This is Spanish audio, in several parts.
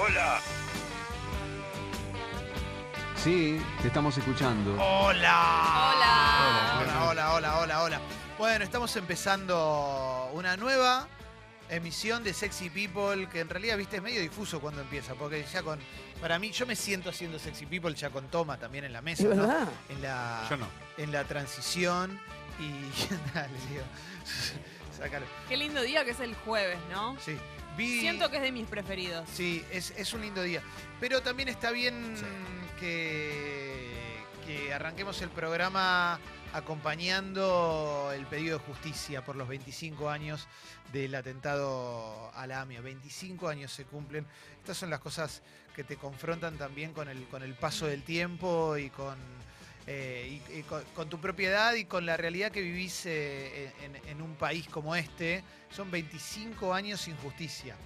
Hola, Sí, te estamos escuchando. hola. Hola, hola, hola, hola, hola. Bueno, estamos empezando una nueva emisión de Sexy People, que en realidad, viste, es medio difuso cuando empieza, porque ya con... Para mí, yo me siento haciendo Sexy People ya con Toma también en la mesa, ¿De ¿no? verdad? En la, Yo no. en la transición y... Dale, Leo. Sácalo. Qué lindo día que es el jueves, ¿no? Sí. Vi- Siento que es de mis preferidos. Sí, es, es un lindo día. Pero también está bien Sí. que, que arranquemos el programa acompañando el pedido de justicia por los 25 años del atentado a la AMIA. 25 años se cumplen. Estas son las cosas que te confrontan también con el, con el paso del tiempo y con, eh, y- y con, con tu propiedad y con la realidad que vivís eh, en, en un país como este. Son 25 años sin justicia.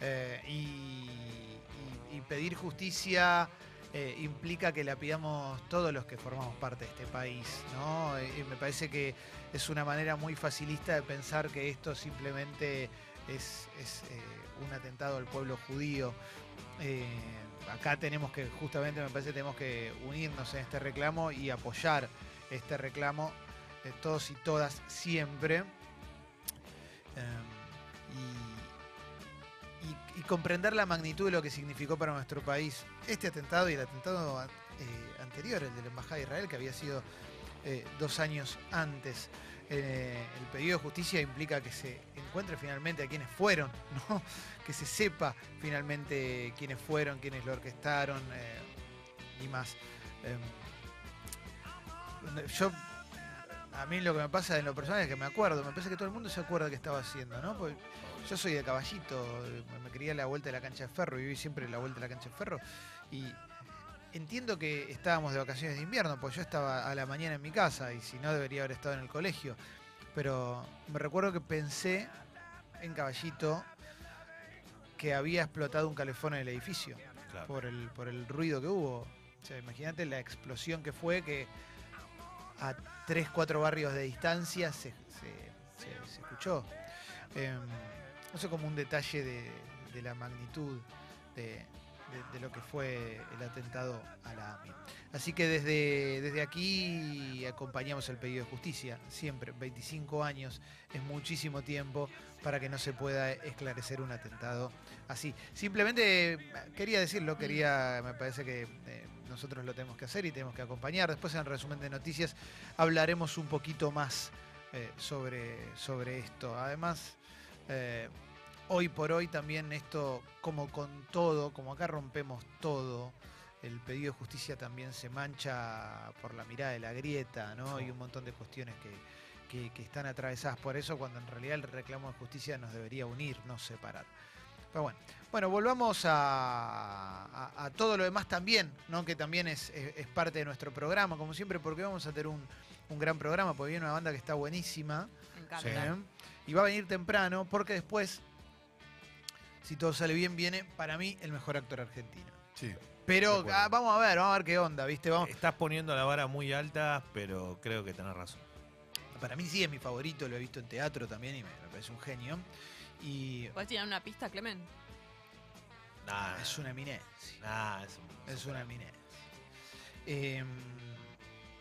Eh, y, y- y pedir justicia eh, implica que la pidamos todos los que formamos parte de este país, ¿no? Eh, eh, me parece que es una manera muy facilista de pensar que esto simplemente es, es, eh, un atentado al pueblo judío. Eh, acá tenemos que, justamente me parece, tenemos que unirnos en este reclamo y apoyar este reclamo eh, todos y todas siempre. Eh, y, y, y comprender la magnitud de lo que significó para nuestro país este atentado y el atentado a- eh, anterior, el de la Embajada de Israel, que había sido eh, dos años antes. Eh, el pedido de justicia implica que se encuentre finalmente a quienes fueron, ¿no? que se sepa finalmente quiénes fueron, quiénes lo orquestaron eh, y más. Em, yo, a mí lo que me pasa en lo personal es que me acuerdo, me parece que todo el mundo se acuerda que estaba haciendo, ¿no? Porque yo soy de caballito, me- me crié a la vuelta de la cancha de ferro, viví siempre a la vuelta de la cancha de ferro. Y entiendo que estábamos de vacaciones de invierno, pues yo estaba a la mañana en mi casa y si no debería haber estado en el colegio. Pero me recuerdo que pensé en caballito que había explotado un calefón en el edificio Claro. por el, por el ruido que hubo. O sea, imagínate la explosión que fue que a 3, 4 barrios de distancia se, se- se- se escuchó. Em, eso como un detalle de, de la magnitud de, de- de lo que fue el atentado a la AMI. Así que desde, desde aquí acompañamos el pedido de justicia, siempre. 25 años es muchísimo tiempo para que no se pueda esclarecer un atentado así. Simplemente eh, quería decirlo, quería, me parece que eh, nosotros lo tenemos que hacer y tenemos que acompañar. Después en el resumen de noticias hablaremos un poquito más eh, sobre, sobre esto. Además, eh, hoy por hoy también esto, como con todo, como acá rompemos todo, el pedido de justicia también se mancha por la mirada de la grieta, ¿no? Y un montón de cuestiones que, que- que están atravesadas por eso, cuando en realidad el reclamo de justicia nos debería unir, no separar. Pero bueno, bueno volvamos a, a- a todo lo demás también, ¿no? que también es, es- es parte de nuestro programa, como siempre, porque vamos a tener un, un gran programa, porque viene una banda que está buenísima. Me encanta. Sí. ¿Eh? Y va a venir temprano porque después, si todo sale bien, viene para mí el mejor actor argentino. Sí. De Pero acuerdo. ah, vamos a ver, vamos a ver qué onda, ¿viste? Vamos. Estás poniendo la vara muy alta, pero creo que tenés razón. Para mí sí es mi favorito, lo he visto en teatro también y me, me parece un genio. Y ¿Puedes tirar una pista, Clemen? Ah. Nah, es una eminencia. nah, es un- Es una eminencia. Em,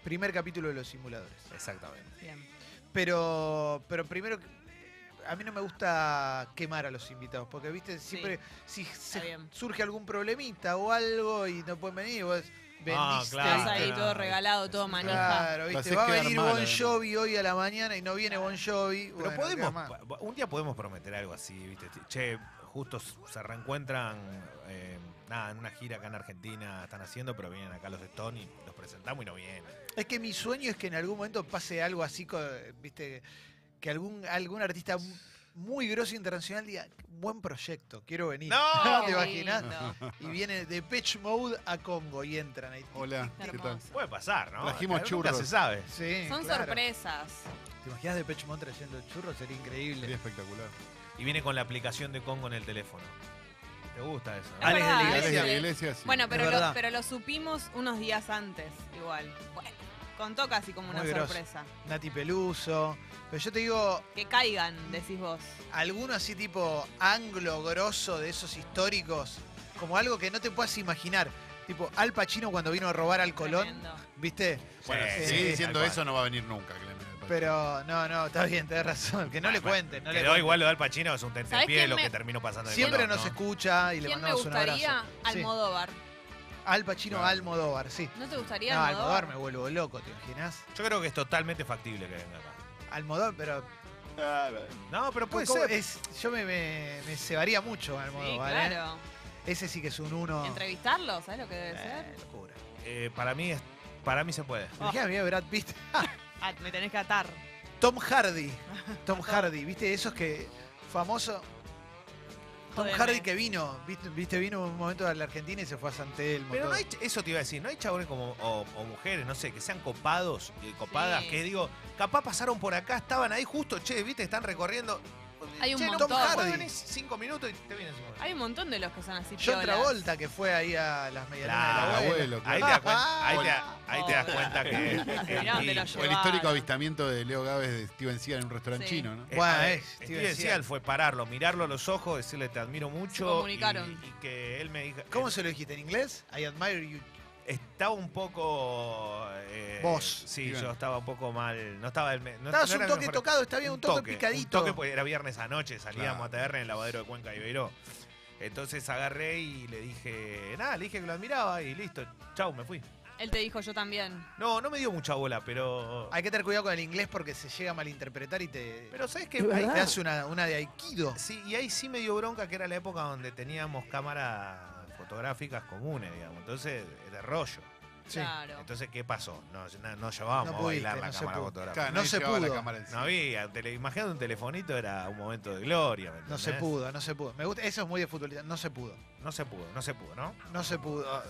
primer capítulo de Los Simuladores. Exactamente. Bien. Pero, pero primero, eh, a mí no me gusta quemar a los invitados, porque, viste, siempre si se- bien. surge algún problemita o algo y no pueden venir, vos vendiste. Ah, claro. Estás ahí ¿viste? no, todo regalado, todo manija. Claro, Lo viste, hacés va a quedar venir mal, Bon además. Jovi hoy a la mañana y no viene Bon Jovi. Pero bueno, queda podemos, mal. pa- un día podemos prometer algo así, ¿viste? Che, justo s- se reencuentran, eh, nada, en una gira acá en Argentina están haciendo, pero vienen acá los Stone y los presentamos y no vienen. Es que mi sueño es que en algún momento pase algo así, co- viste, que algún, algún artista mu- muy grosso e internacional diga, buen proyecto, quiero venir. ¡No! ¿Te Oh, Qué imaginas? lindo. Y viene de Pitch Mode a Congo y entran ahí. Hola, ¿qué tal? Hermoso. Puede pasar, ¿no? Trajimos Nunca churros. se sabe. Sí, Son claro. sorpresas. ¿Te imaginas de Pech Mode trayendo churros? Sería Sería increíble. espectacular. Y viene con la aplicación de Congo en el teléfono. ¿Te gusta Ah, eso? Es verdad, de la Alex Alex de la sí. iglesia, sí. Eh, Bueno, pero lo, verdad. pero lo supimos unos días antes, igual. Bueno, contó casi como una Muy grosso. sorpresa. Nati Peluso. Pero yo te digo, Que caigan, decís vos. alguno así tipo anglo grosso de esos históricos como algo que no te puedas imaginar. Tipo, Al Pacino cuando vino a robar al Colón, Tremendo. ¿viste? Bueno, si Sí, sí, sigue tal diciendo cual. eso, no va a venir nunca, Clemente. Pero no, no, está bien, tenés razón. Que no le Bueno, cuenten. No le Quedó cuenten. igual lo de Al Pacino, es un tentepié quién lo que me- terminó pasando en el Siempre Colón, nos ¿no? escucha y le ¿Quién me mandamos un gustaría? abrazo. Sí. Almodóvar. Al Pacino Claro. Almodóvar, sí. ¿No te gustaría No, Almodóvar? Almodóvar me vuelvo loco, ¿te imaginas? Yo creo que es totalmente factible que venga acá. Almodóvar, pero No, pero puede ¿cómo ser. es- yo me, me, me cebaría mucho al modo, Sí, ¿vale? claro. Ese sí que es un uno. ¿Entrevistarlo? ¿Sabes lo que debe Eh, ser? locura. Eh, para mí es, para mí se puede. Me dije, ah, mira, Brad Pitt. Ah, me tenés que atar. Tom Hardy. Tom Hardy, ¿viste? Esos que. Famoso. Tom Jódeme. eh. Hardy que vino, ¿viste? viste, vino un momento a la Argentina y se fue a San Telmo. Pero todo. no hay, ch- eso te iba a decir, no hay chabones como, o, o mujeres, no sé, que sean copados, eh, copadas, Sí. que digo, capaz pasaron por acá, estaban ahí justo, che, viste, están recorriendo. eh, Hay un che, montón. Tom Hardy. Hardy. venís cinco minutos y te vienes. Hay un montón de los que son así. John piolas. Travolta que fue ahí a las medialunas Claro, del abuelo. abuelo, ahí, te claro. das cuenta, ahí, te, ahí te das Pobre. cuenta que. el Mirá dónde lo tipo- O el Llevaron. histórico avistamiento de Leo Gávez de Steven Seagal en un restaurante Sí. chino, ¿no? Eh, Bueno, a ver, es Steven Steven Seagal. Seagal fue pararlo, mirarlo a los ojos, decirle te admiro mucho. Se comunicaron. Y, y que él me diga. ¿Cómo él- se lo dijiste en inglés? I admire you. Estaba un poco. eh, Vos. Sí, Bien. yo estaba un poco mal. No estaba el. me- No, Estabas no era un el toque mejor- tocado, está bien, un toque, picadito. Un toque pues. porque era viernes anoche, salíamos Claro. a taberna en el lavadero de Cuenca Iberó. Entonces agarré y le dije. Nada, le dije que lo admiraba y listo. Chau, me fui. Él te dijo yo también. No, no me dio mucha bola, pero. Hay que tener cuidado con el inglés porque se llega a malinterpretar y te, Pero sabes que. Es ahí verdad. te hace una, una de aikido. Sí, y ahí sí me dio bronca que era la época donde teníamos cámaras fotográficas comunes, digamos. Entonces, de rollo. Claro. Entonces, ¿qué pasó? No, no, no llevábamos No a bailar pudiste, la no se cámara pudo. fotográfica. Claro, No nadie se llevaba pudo. La cámara encima. No había, un tele- imagínate un telefonito era un momento de gloria. ¿me No se entendés? pudo, no se pudo. Me gusta, eso es muy de futbolista. No se pudo. No se pudo, no se pudo, ¿no? No se Ah, pudo.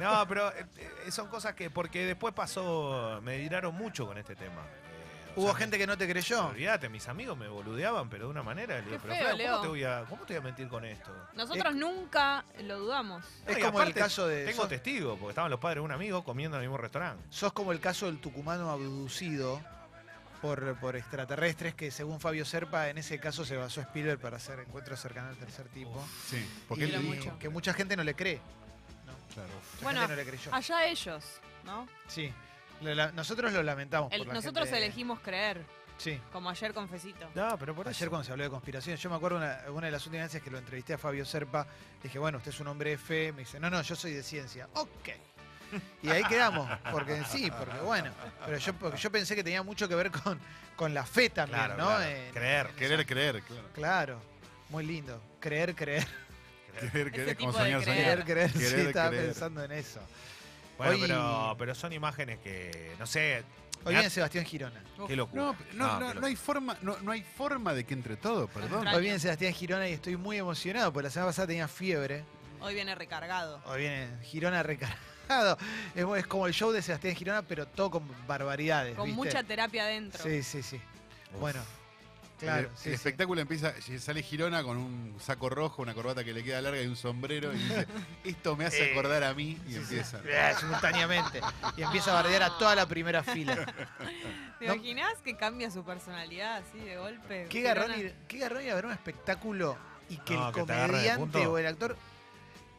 No, pero eh, eh, son cosas que, porque después pasó, me diraron mucho con este tema. Eh, o Hubo sea, gente que no te me- creyó. Olvídate, mis amigos me boludeaban, pero de una manera. Le digo, Qué pero feo, Fran, Leo. ¿cómo, te voy a, ¿cómo te voy a mentir con esto? Nosotros eh. nunca lo dudamos. Es No, y como el aparte, caso de. Tengo Sos, testigos, porque estaban los padres de un amigo comiendo en el mismo restaurante. sos como el caso del tucumano abducido por, por extraterrestres que, según Fabio Serpa, en ese caso se basó Spielberg para hacer encuentros cercanos al tercer tipo. Sí, porque Y él le Quiero dijo. mucho. Que mucha gente no le cree. Claro. Mucha Bueno, gente no le creyó. Allá ellos, ¿no? Sí. Lo la- nosotros lo lamentamos. El- por la nosotros gente- elegimos creer, Sí. Como ayer confesito. No, pero por Ayer eso. cuando se habló de conspiraciones, yo me acuerdo una, una de las últimas veces que lo entrevisté a Fabio Serpa, le dije, bueno, usted es un hombre de fe, me dice, no, no, yo soy de ciencia. Ok. Y ahí quedamos, porque sí, porque bueno, pero yo, porque yo pensé que tenía mucho que ver con, con la fe también, Claro, ¿no? claro. En- Creer. Querer creer, claro. Claro, muy lindo. Creer, creer, Querer creer, como tipo de soñar, creer. soñar. creer, creer, sí, Querer, estaba creer. pensando en eso. Bueno, Hoy- pero, pero son imágenes que, no sé, Hoy Ya- viene Sebastián Girona. qué locura. Ah, No, no, no, qué no hay forma, no, no hay forma de que entre todo, perdón. Extraño. Hoy viene Sebastián Girona y estoy muy emocionado, porque la semana pasada tenía fiebre. Hoy viene recargado. Hoy viene Girona recargado. Es, es como el show de Sebastián Girona, pero todo con barbaridades. con ¿viste? mucha terapia adentro. Sí, sí, sí. Uf. Bueno, El- claro. el, sí, sí. espectáculo empieza, sale Girona con un saco rojo, una corbata que le queda larga y un sombrero y dice, esto me hace Eh, acordar a mí y empieza. Eh, Simultáneamente. Y empieza a bardear a toda la primera fila. ¿Te No. imaginas que cambia su personalidad así de golpe? Qué garrón, Girona- ir, qué garrón ir a ver un espectáculo y que No, el que te agarre de comediante punto. o el actor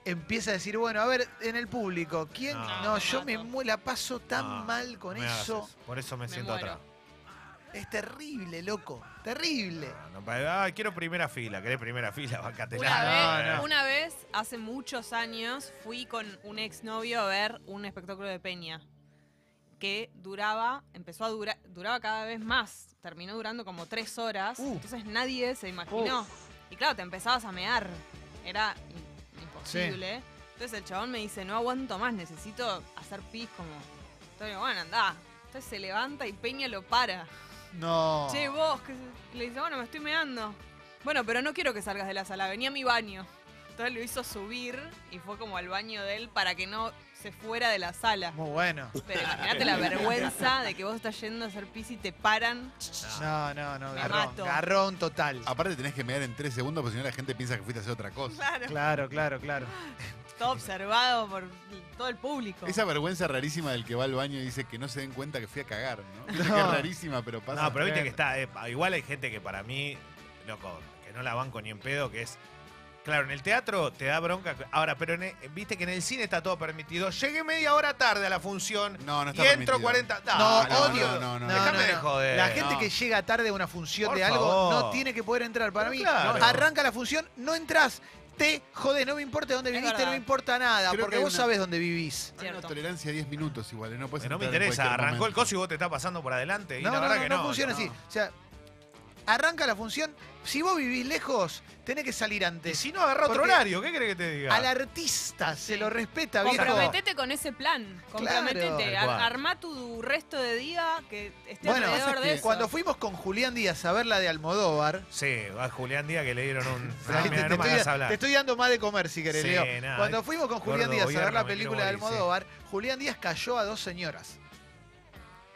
empieza a decir, bueno, a ver, en el público, ¿quién? No, No, me yo mato. me mu- la paso tan No, mal con no Ah, me hagas eso. Por eso me, Me siento muero. atrás. Es terrible, loco. Terrible. No, no, pa- ah, quiero primera fila, querés primera fila, Una, bancatela. vez, no, no. una vez, Hace muchos años fui con un exnovio a ver un espectáculo de Peña que duraba, empezó a durar, duraba cada vez más, terminó durando como tres horas, Uh. entonces nadie se imaginó. Y claro, te empezabas a mear, era im- imposible. Entonces el chabón me dice, no aguanto más, necesito hacer pis como... Entonces, bueno, andá. Entonces se levanta y Peña lo para. No. Che, vos, que se- le dice, bueno, me estoy meando. Bueno, pero no quiero que salgas de la sala, venía a mi baño. Entonces lo hizo subir y fue como al baño de él para que no se fuera de la sala. Muy bueno. Pero imagínate la vergüenza de que vos estás yendo a hacer pis y te paran. No, no, no, Me garrón. mato. Garrón total. Aparte tenés que mear en tres segundos porque si no la gente piensa que fuiste a hacer otra cosa. Claro, Claro, claro, claro. todo observado por todo el público. Esa vergüenza rarísima del que va al baño y dice que no se den cuenta que fui a cagar, ¿no? Viste No. que es rarísima, pero pasa. No, pero viste Tremendo. que está. eh, igual hay gente que para mí, loco, que no la banco ni en pedo, que es. Claro, en el teatro te da bronca. Ahora, pero en el- viste que en el cine está todo permitido. Llegué media hora tarde a la función No, no está y entro permitido. 40. No, no, odio. No, No, no, no, no. Déjame de joder. La gente no. que llega tarde a una función Por de algo no favor. tiene que poder entrar. Para mí, Claro. arranca la función, no entras, te jodes, no me importa de dónde Es viniste, no verdad. me importa nada, Creo porque que hay vos una- sabés dónde vivís. Hay una Cierto. tolerancia de 10 minutos igual, ¿eh? no puedes Que no me entrar en interesa. cualquier Arrancó el momento. coso y vos te estás pasando por adelante. Y No, la no, verdad no, que no no. funciona no. así. O sea, arranca la función, si vos vivís lejos, tenés que salir Y antes. si no, agarra otro Porque horario. ¿Qué crees que te diga? Al artista se Sí. lo respeta, viejo. Comprometete con ese plan. Comprometete. Tal cual. Ar- armá tu resto de día que esté Bueno, alrededor de eso. Cuando fuimos con Julián Díaz a ver la de Almodóvar, Sí, a Julián Díaz que le dieron un. Ahí Ah, te, mirá, te no me estoy, hagas hablar. te estoy dando más de comer si querés, Sí, Leo. nada. Cuando fuimos con Julián Gordo Díaz a ver gobierno, la me película de quiero morir, sí. Almodóvar, Julián Díaz cayó a dos señoras.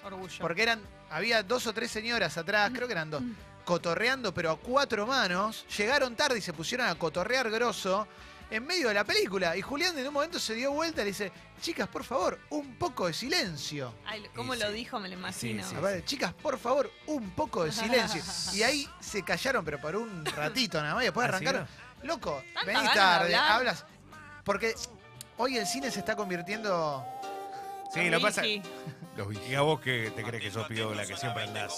Orgullo. Porque eran, había dos o tres señoras atrás, creo que eran dos, cotorreando, pero a cuatro manos. Llegaron tarde y se pusieron a cotorrear grosso en medio de la película. Y Julián en un momento se dio vuelta y le dice, chicas, por favor, un poco de silencio. Ay, ¿Cómo Y lo sí. dijo? Me lo imagino. sí. A ver, chicas, por favor, un poco de silencio. Y ahí se callaron, pero por un ratito nada más. Y después ¿Ah, sí? arrancaron. Loco, Tanta venís gana de tarde, hablar. hablas. Porque hoy el cine se está convirtiendo. Sí, lo que pasa. Ricky. Los vi. Y a vos que te crees que sos piola, que siempre andás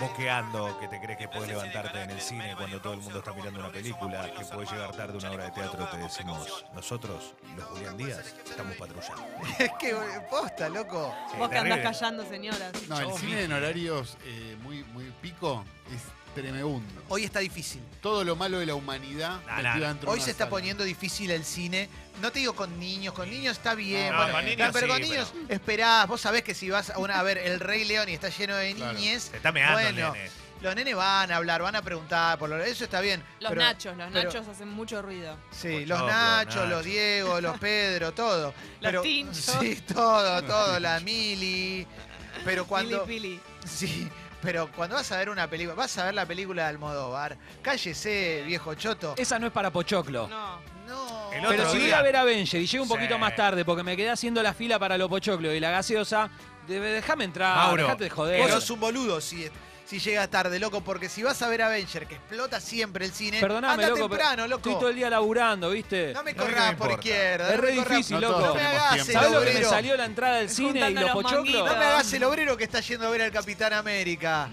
boqueando, que te crees que podés levantarte en el cine cuando todo el mundo está mirando una película, que podés llegar tarde a una obra de teatro, te decimos, nosotros, los Julián Díaz, estamos patrullando. Es que posta, loco. Sí, Vos que terrible. andás callando, señoras. No, el Chabón, cine en horarios eh, muy, muy pico es tremebundo. Hoy está difícil. Todo lo malo de la humanidad Nah, metido nah. dentro de Hoy una se está sala. poniendo difícil el cine. No te digo con niños, con niños está bien. No, bueno, con niños pero con sí, niños, esperás, vos sabés que si vas a una, a ver, el Rey León y está lleno de Claro. niñes, Se está meando el Bueno. nene. los nenes van a hablar, van a preguntar, por lo, eso está bien. Los pero- nachos, los pero- nachos hacen mucho ruido. Sí, Pochoclo, los Nachos, Nacho. los Diego, los Pedro, todo. Pero- Tinchos. Sí, todo, todo, la Mili. Pero cuando. Pili, pili. Sí, pero cuando vas a ver una película, vas a ver la película de Almodóvar, cállese, viejo choto. Esa no es para Pochoclo. No. No. El Pero otro si voy día- a ver Avenger y llego un Sí. poquito más tarde porque me quedé haciendo la fila para lo Pochoclo y la gaseosa, de- déjame entrar, Mauro, dejate de joder. Vos sos un boludo si, si llegas tarde, loco, porque si vas a ver Avenger, que explota siempre el cine, Perdoname, anda loco, pero temprano, Estoy loco. todo el día laburando, ¿viste? No me No, corras no por importa. izquierda. Es no re me corras- difícil, No loco. todos No me tenemos hagas tiempo. el ¿Sabés lo que me obrero. salió la entrada del cine y Juntando los los Pochoclo? manguitos. No me hagas el obrero que está yendo a ver al Capitán América.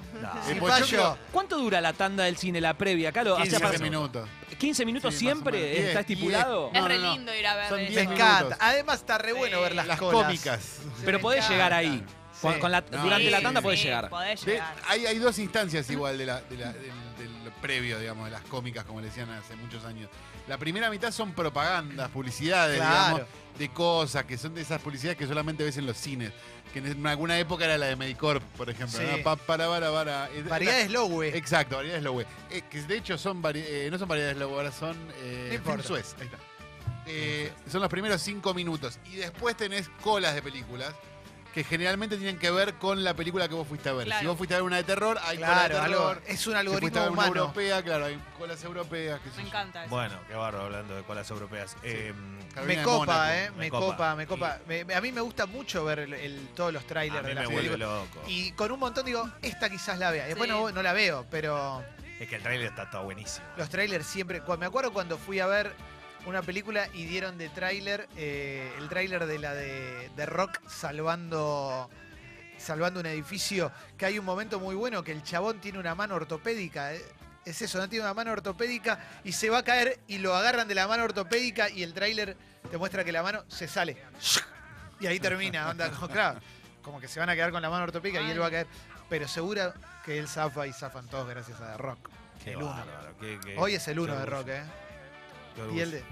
El Cipayo. pochoclo, ¿Cuánto dura la tanda del cine, la previa? Acá lo, o sea, 15 para- minutos. 15 minutos Sí, más o menos. siempre Diez, está estipulado. diez. No, es re no, no. lindo ir a ver. Son de Me diez eso. encanta. minutos. Además está re bueno Sí. ver las, Las colas. cómicas. Pero me podés llegar ahí. Sí. Con- con la- No, durante sí, la tanda sí, podés llegar. Podés De- llegar. hay, hay dos instancias igual de la- de la- del, del previo, digamos, de las cómicas, como le decían hace muchos años. La primera mitad son propagandas, publicidades, Claro. digamos, de cosas, que son de esas publicidades que solamente ves en los cines. Que en alguna época era la de Medicorp, por ejemplo. Sí. ¿no? Pa- para, para, para. Es- Variedades low, güey. Exacto, variedades Lowe. Eh, que de hecho son vari- eh, no son variedades Lowe, ahora son eh, No importa. Film Suez. Ahí está. Eh, son los primeros cinco minutos. Y después tenés colas de películas que generalmente tienen que ver con la película que vos fuiste a ver. Claro. Si vos fuiste a ver una de terror, hay colas de Claro, terror. algo- es un Si fuiste a algoritmo ver una humano. europea, claro, hay colas europeas. qué sé Me yo. encanta eso. Bueno, qué barro hablando de colas europeas. Eh, Carolina Me de copa, Mónaco. eh, me Me copa, copa. me copa. Me- me- a mí me gusta mucho ver el- el- todos los a trailers mí de me las vuelve películas. loco. Y con un montón digo, esta quizás la vea. Después Sí. no, no la veo, pero Es que el trailer está todo buenísimo. los trailers siempre. cu- Me acuerdo cuando fui a ver una película y dieron de trailer eh, el trailer de la de, de Rock salvando salvando un edificio. Que hay un momento muy bueno que el chabón tiene una mano ortopédica. eh. Es eso, no tiene una mano ortopédica y se va a caer y lo agarran de la mano ortopédica y el tráiler te muestra que la mano se sale. Y ahí termina, onda, como, claro, como que se van a quedar con la mano ortopédica y él va a caer. Pero segura que él zafa y zafan todos gracias a The Rock. Qué el uno. bárbaro, qué- qué- Hoy es el uno qué de Rock, orgullo, ¿eh? qué Y orgullo. el de.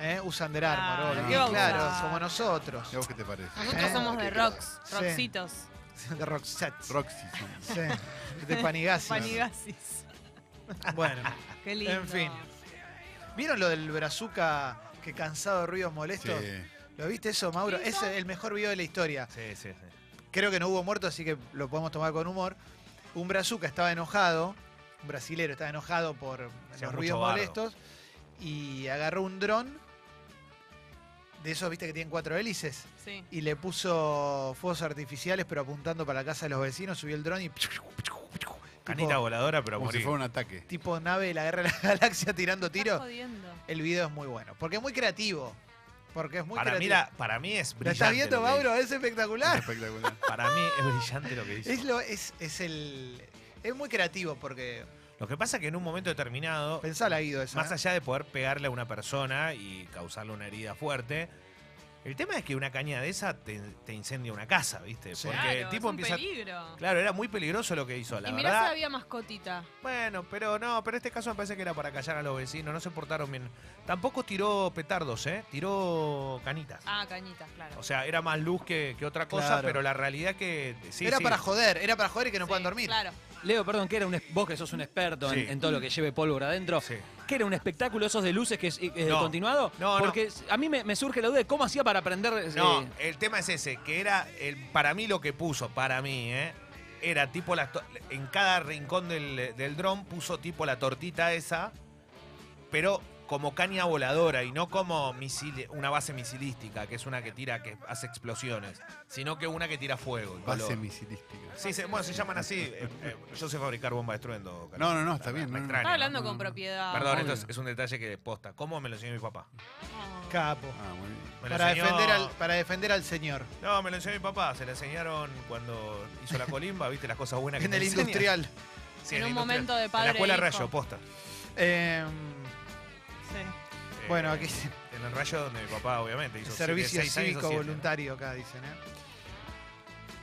¿Eh? Usan Under Armour, Ah, obvio. ¿qué va a Claro, usar? como nosotros. ¿Y a vos qué te parece? Nosotros Eh, somos de rocks, Sí. roxitos, De Rock Sets. Roxy. son. Sí. De Panigasi. panigasis. Bueno. Qué lindo. En fin. ¿Vieron lo del Brazuca que cansado de ruidos Sí. molestos? ¿Lo viste eso, Mauro? ¿Qué Es hizo? el mejor video de la historia. Sí, sí, sí. Creo que no hubo muertos, así que lo podemos tomar con humor. Un brazuca estaba enojado, un brasilero estaba enojado por los mucho ruidos bardo. molestos y agarró un dron de esos, viste, que tienen cuatro hélices Sí. y le puso fuegos artificiales, pero apuntando para la casa de los vecinos, subió el dron y Canita Tipo, voladora, pero a Como si morir. fuera un ataque. tipo nave de la guerra de la galaxia tirando Estás tiros. jodiendo. El video es muy bueno. Porque es muy creativo. Porque es muy Para mí, creativo. la- para mí es ¿Lo brillante. estás viendo, lo que Mauro? Es Es espectacular. Espectacular. hizo. Para mí es brillante lo que dice. Es, lo, es, es el. Es muy creativo porque. Lo que pasa es que en un momento determinado, Pensala, Guido, esa. más ¿eh? allá de poder pegarle a una persona y causarle una herida fuerte, el tema es que una caña de esa te, te incendia una casa, ¿viste? Sí. Porque Claro, el tipo es un empieza. peligro. Claro, era muy peligroso lo que hizo, la y mirá verdad. si había mascotita. Bueno, pero no, pero este caso me parece que era para callar a los vecinos, no se portaron bien. Tampoco tiró petardos, ¿eh? Tiró canitas. Ah, cañitas, claro. O sea, era más luz que, que otra cosa, Claro. pero la realidad que. sí, era sí. para joder, era para joder y que no Sí, puedan dormir. Claro. Leo, perdón, que era un, es- vos que sos un experto en- Sí. en, todo lo que lleve pólvora adentro, Sí. que era un espectáculo esos de luces que es eh, No. continuado, No, no. porque s- a mí me, me surge la duda de cómo hacía para aprender... eh, No, el tema es ese, que era el, para mí lo que puso, para mí, ¿eh? Era tipo las to- en cada rincón del, del dron puso tipo la tortita esa, pero como caña voladora y no como misil, una base misilística, que es una que tira, que hace explosiones, sino que una que tira fuego. y Base color. misilística. Sí, se, bueno, se llaman así. eh, eh, yo sé fabricar bomba de estruendo. Carlos. No, no, no, está bien, no, Me no. extraña, Estaba hablando no, con no. propiedad. Perdón, obvio. esto es, es un detalle que posta. ¿Cómo me lo enseñó mi papá? Oh, Capo. Ah, muy bien. Me lo Para enseñó- defender, al, para defender al señor. No, me lo enseñó mi papá. Se lo enseñaron cuando hizo la colimba, ¿viste? Las cosas buenas que En te el enseñan. industrial. Sí, En el un industrial. momento de padre En la escuela e hijo. Rayo, posta. Em, Sí. Eh, bueno, aquí En el Rayo, donde mi papá, obviamente, hizo servicio seis años o cívico siete. voluntario acá, dicen, ¿eh?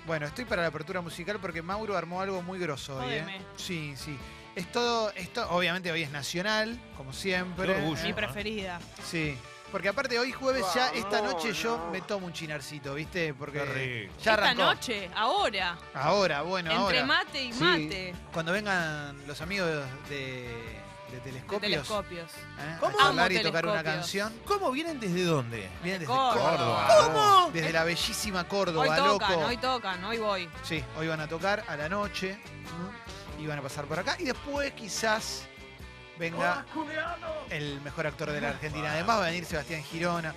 Bueno, estoy para la apertura musical porque Mauro armó algo muy grosso hoy, ¿eh? Jódeme. Sí, sí. Es todo, esto, obviamente hoy es nacional, como siempre. Qué orgullo. ¿eh? Mi preferida. Sí. Porque aparte hoy jueves ya, esta noche yo me tomo un chinarcito, ¿viste? Porque Qué rico. ya Esta arrancó. noche, ahora, Ahora, bueno, entre ahora. mate y Sí. mate, Cuando vengan los amigos de, de de Telescopios, telescopios. ¿eh? ¿Cómo? a charlar y Amo tocar una Telescopios. canción. ¿Cómo vienen desde dónde? Vienen desde Córdoba. Córdoba. ¿Cómo? Desde la bellísima Córdoba, Hoy tocan, loco. hoy tocan, hoy voy. Sí, hoy van a tocar a la noche. ¿no? Y van a pasar por acá. Y después quizás venga el mejor actor de la Argentina. Además va a venir Sebastián Girona.